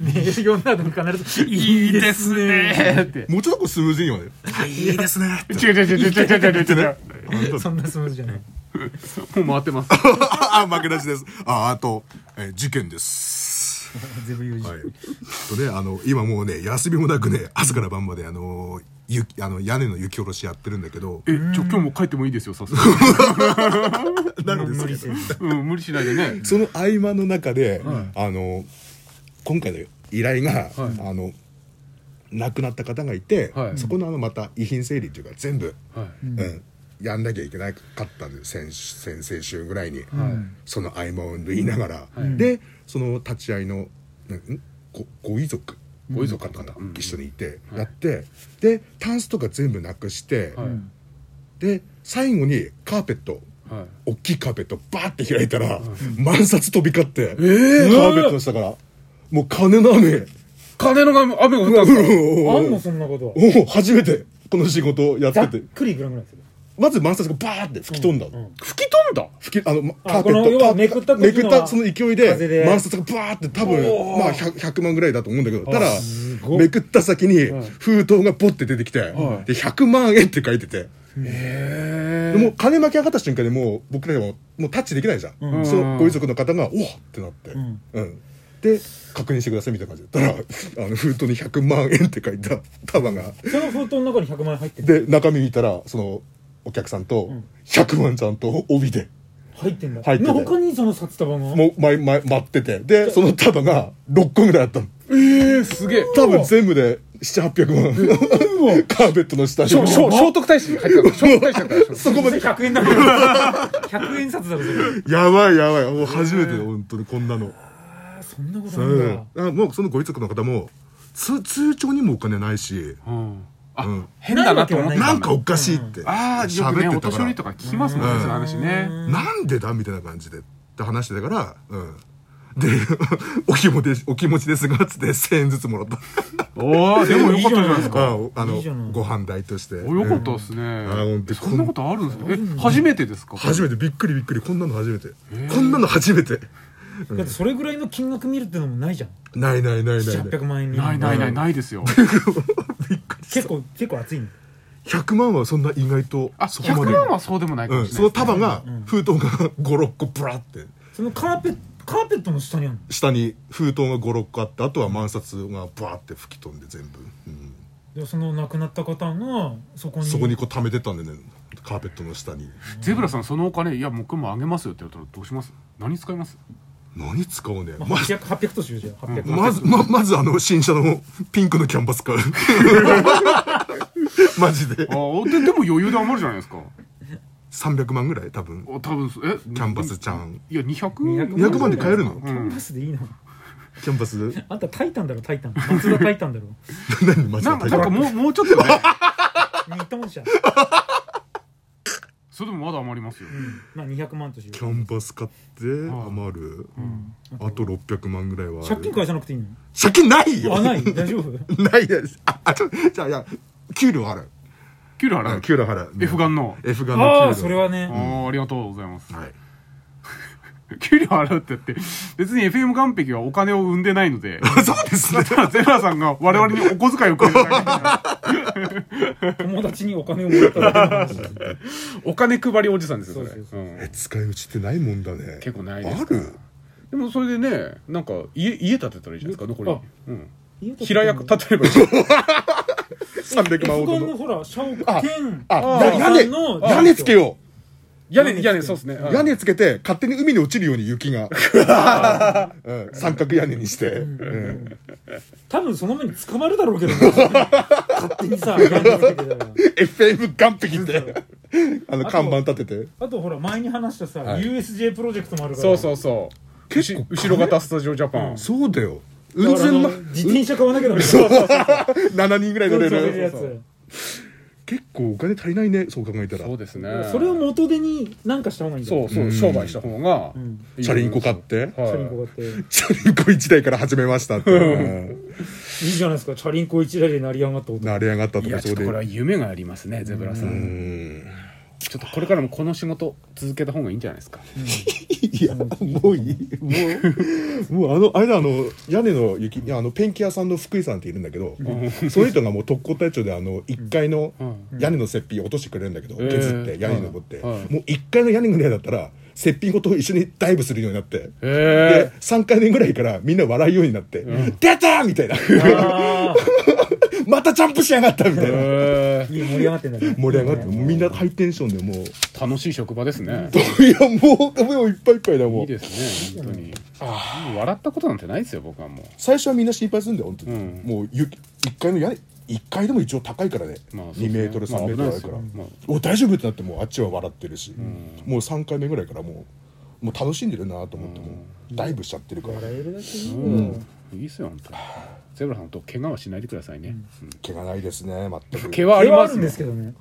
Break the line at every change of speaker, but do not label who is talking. メール読んだ後に必ず「いいですね」って
もうちょっとこうスムーズに読む
いいですね
違う違う違う違う違う違う違う
よ
そんなスムーズじゃない
もう回ってます
あ負けなしですああと、えー事件です
全部言うじゃ
は
ん
い、とねあの今もうね休みもなくね朝から晩まであの雪あの屋根の雪下ろしやってるんだけど
えちょ今日もう帰ってもいいですよさすが
なので
無理せず
に、うん、無理しないでね
その合間の中で、あの今回の依頼が、あの亡くなった方がいて、
はい
そこのあのまた遺品整理っていうか全部、
はい
うんやんなきゃいけなかったんです先先々週ぐらいに、その合間を縫いながら、でその立ち会いのなんんごご遺族
ご遺族の
の
方
方
うん
一緒にいて、やってでタンスとか全部なくして、
はい
で最後にカーペット
はい
大きいカーペットバーって開いたら、万冊飛び交って、カーペットの下から、もう金の雨、
金の雨雨が降ったんですか
あ
お
んのそんなこと
お初めてこの仕事をや
ざ
っ
って
て、
くりいくらぐらいする
まず万冊がバーって吹き飛んだの。
吹き飛んだ
吹き、あの、ま
あ
カー
こ
ペ
の
ッ
要
ト、
は
カー
めくった時の
めくったその勢い
風で
で、万冊がバーって多分、まあ 100, 100万ぐらいだと思うんだけど、ただ、
ごい
めくった先に封筒がポッて出てきて、
はい
で、100万円って書いてて、
へ
でもう金巻き上がった瞬間にもう僕らももうタッチできないじゃん、
ん
そのご遺族の方が「おっ!」ってなって、うんで確認してくださいみたいな感じで言ったら あの封筒に100万円って書いた束が
その封筒の中に100万円入ってる
で中身見たらそのお客さんと100万ちゃんと帯で
入ってんだ
入ってて
な他にその札束が
もう前前待っててでその束が6個ぐらいあったの
えすげえ
多分全部で700800万カーペットの下に
聖徳太子入 ってた聖徳太子だから
そこまで
100円だから100円札だろそれ
やばいやばいもう初めてだ本当にこんなの。
そんなこと
う
なんだ
ん、あもうそのご遺族の方も通通帳にもお金ないし、
うんあ、
ん
変だなと思った
なんかおかしいって、
ああよくね
喋っ
お年
てたか
寄
ら、
りとか聞きますもんねその話ね
なんでだみたいな感じでって話してたから、うん、で お気持ちお気持ちですがっつって1000円ずつもらった
おおでもよかったじゃないですか
あおあ
い
の
いじゃない
ご飯代として
およかったですね
あほんと
そんなことあるんですかえ初めてですか
初めてびっくりびっくりこんなの初めてこんなの初めて
だってそれぐらいの金額見るってのもないじゃん
ないないないないない
800万円に
ないないないない ですよ
結構結構熱いね
100万はそんな意外と
あ
そ
100
こまで
万はそうでもないか
う
も
ん、
しれ
そ
な
の
いですね
束が封筒が56個ブラって
そのカーペットカーペットの下にあるの
下に封筒が56個あってあとは万札がバーって吹き飛んで全部、うん
でその亡くなった方がそこに
そこにこう溜めてったんでねカーペットの下に
ゼブラさんそのお金いや僕もあげますよって言われたらどうします何使います
何使うね
まあ
まず
800 800としようじゃん800
まずままずあの新車のピンクのキャンバス買うマジ
ああで
で
でも余裕で余るじゃないですか
300万ぐらい多分
あ多分え
キャンバスちゃん
いや200
200万で買えるの
キャンバスでいいな
キャンバス
あんたタイタンだろタイタン松田タイタンだろ
何マジ
なんかなんか
で
もうもうちょっとね
似たもんじゃん
それでもまだ余りますよ
まあ200万としよ
キ
う
ャンバス買って
はい
余る、あと600万ぐらいはある
借金返さなくていいの
借金ないよ
あない
な
大丈夫
いですああちょじゃあいや給料払う
給料
あ
払う
給料払う
F ガンの
F が
ああそれは
あ
ね
あありがとうございます
はい
給料払うって言って別に FM 岸壁はお金を生んでないので
そうです
だ
ね
から ゼブラさんが我々にお小遣いをくれるだけだから
友達にお金をもらっただけの話
お金配りおじさんですよそ
そ
れ
うそうそう
うん
使い道ってないもんだね
結構ないです
あ
か
る
でもそれでねなんか家家建てたらいいじゃないですか残り
あ
うん平屋建てればいい
300
F
万
ガ
ほど
ンの
の
ほら社屋
あ
兼
あ
あ
や屋根
の
屋根つけよ
屋根に屋根そうですね
う屋根つけて勝手に海に落ちるように雪 がうん三角屋根にしてうん
多分その目に捕まるだろうけどね勝手にさやり続けてたら
FM 岩壁ってあの
あと
看板立てて
あとほら前に話したさ、
はい
USJ プロジェクトもあるから
そうそうそう
結構
うし後ろ型スタジオジャパン
そうだよ
だ
雲
からあ
仙
の
ま
自転車買わなきゃダメだそうそう
7人ぐらい乗れ
乗れるや
る
つ
結構お金足りないねそう考えたら
そうですね
それを元手に何かした方がいいんだ
そ
よ
うそう商売した方が
ん
いい
チャリンコ買っ
は
て
い
チャリンコ買ってい
チャリンコ1台から始めましたってうん
いじゃないですかチャリンコ一台で成り上がったこと
成り上がったと
いや
か
ちょっ
そことで
これは夢がありますねゼブラさ
うんん
ちょっとこれからもこの仕事続けた方がいいんじゃないですか
いや、もういい。もう、もうあの、あれだ、あの、屋根の雪、いやあの、ペンキ屋さんの福井さんっているんだけど、その人がもう特攻隊長で、あの、1階の
う
屋根の雪品落としてくれるんだけど、
ええ
削って、屋根に登って、
はいはい
もう1階の屋根ぐらいだったら、雪品ごと一緒にダイブするようになって、で
ええ
3回目ぐらいからみんな笑うようになって「出た!」みたいな
あ
「 またジャンプしやがった!」みたいな
え
ーいい 盛り上がってんだね
盛り上がってもうみんなハイテンションでもう
え 楽しい職場ですね
いやもうもういっぱいいっぱいだ
い
も
いうですね本当にもう笑ったことなんてないですよ僕はもう
最初はみんな心配するんだよ本当に、
うん
もう雪1階の屋根1階でも一応高いからね、
まあそうですね
2メートル3メートルあるから、
まあ危ないですよまあ
お大丈夫ってなってもうあっちは笑ってるし、もう3回目ぐらいからもうもう楽しんでるなと思ってもう、ダイブしちゃってるから、
笑えるだけいいうよ、
んいいですよ本当にゼブラさんと怪我はしないでくださいねうん
毛がないですね全く
毛はあり
毛はあ
ま
る
す
んで
ね
すけどね